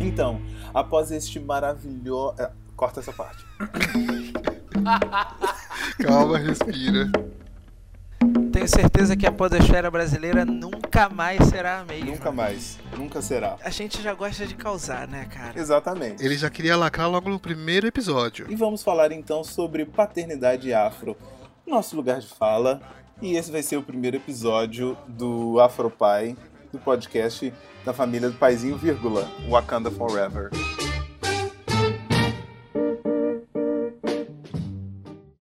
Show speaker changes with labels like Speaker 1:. Speaker 1: Então, após este maravilhoso. Corta essa parte.
Speaker 2: Calma, respira.
Speaker 3: Tenho certeza que a podosfera brasileira nunca mais será a mesma.
Speaker 1: Nunca mais. Nunca será.
Speaker 3: A gente já gosta de causar, né, cara?
Speaker 1: Exatamente.
Speaker 2: Ele já queria lacrar logo no primeiro episódio.
Speaker 1: E vamos falar então sobre paternidade afro, nosso lugar de fala. E esse vai ser o primeiro episódio do Afropai, do podcast da família do Paizinho, vírgula, Wakanda Forever.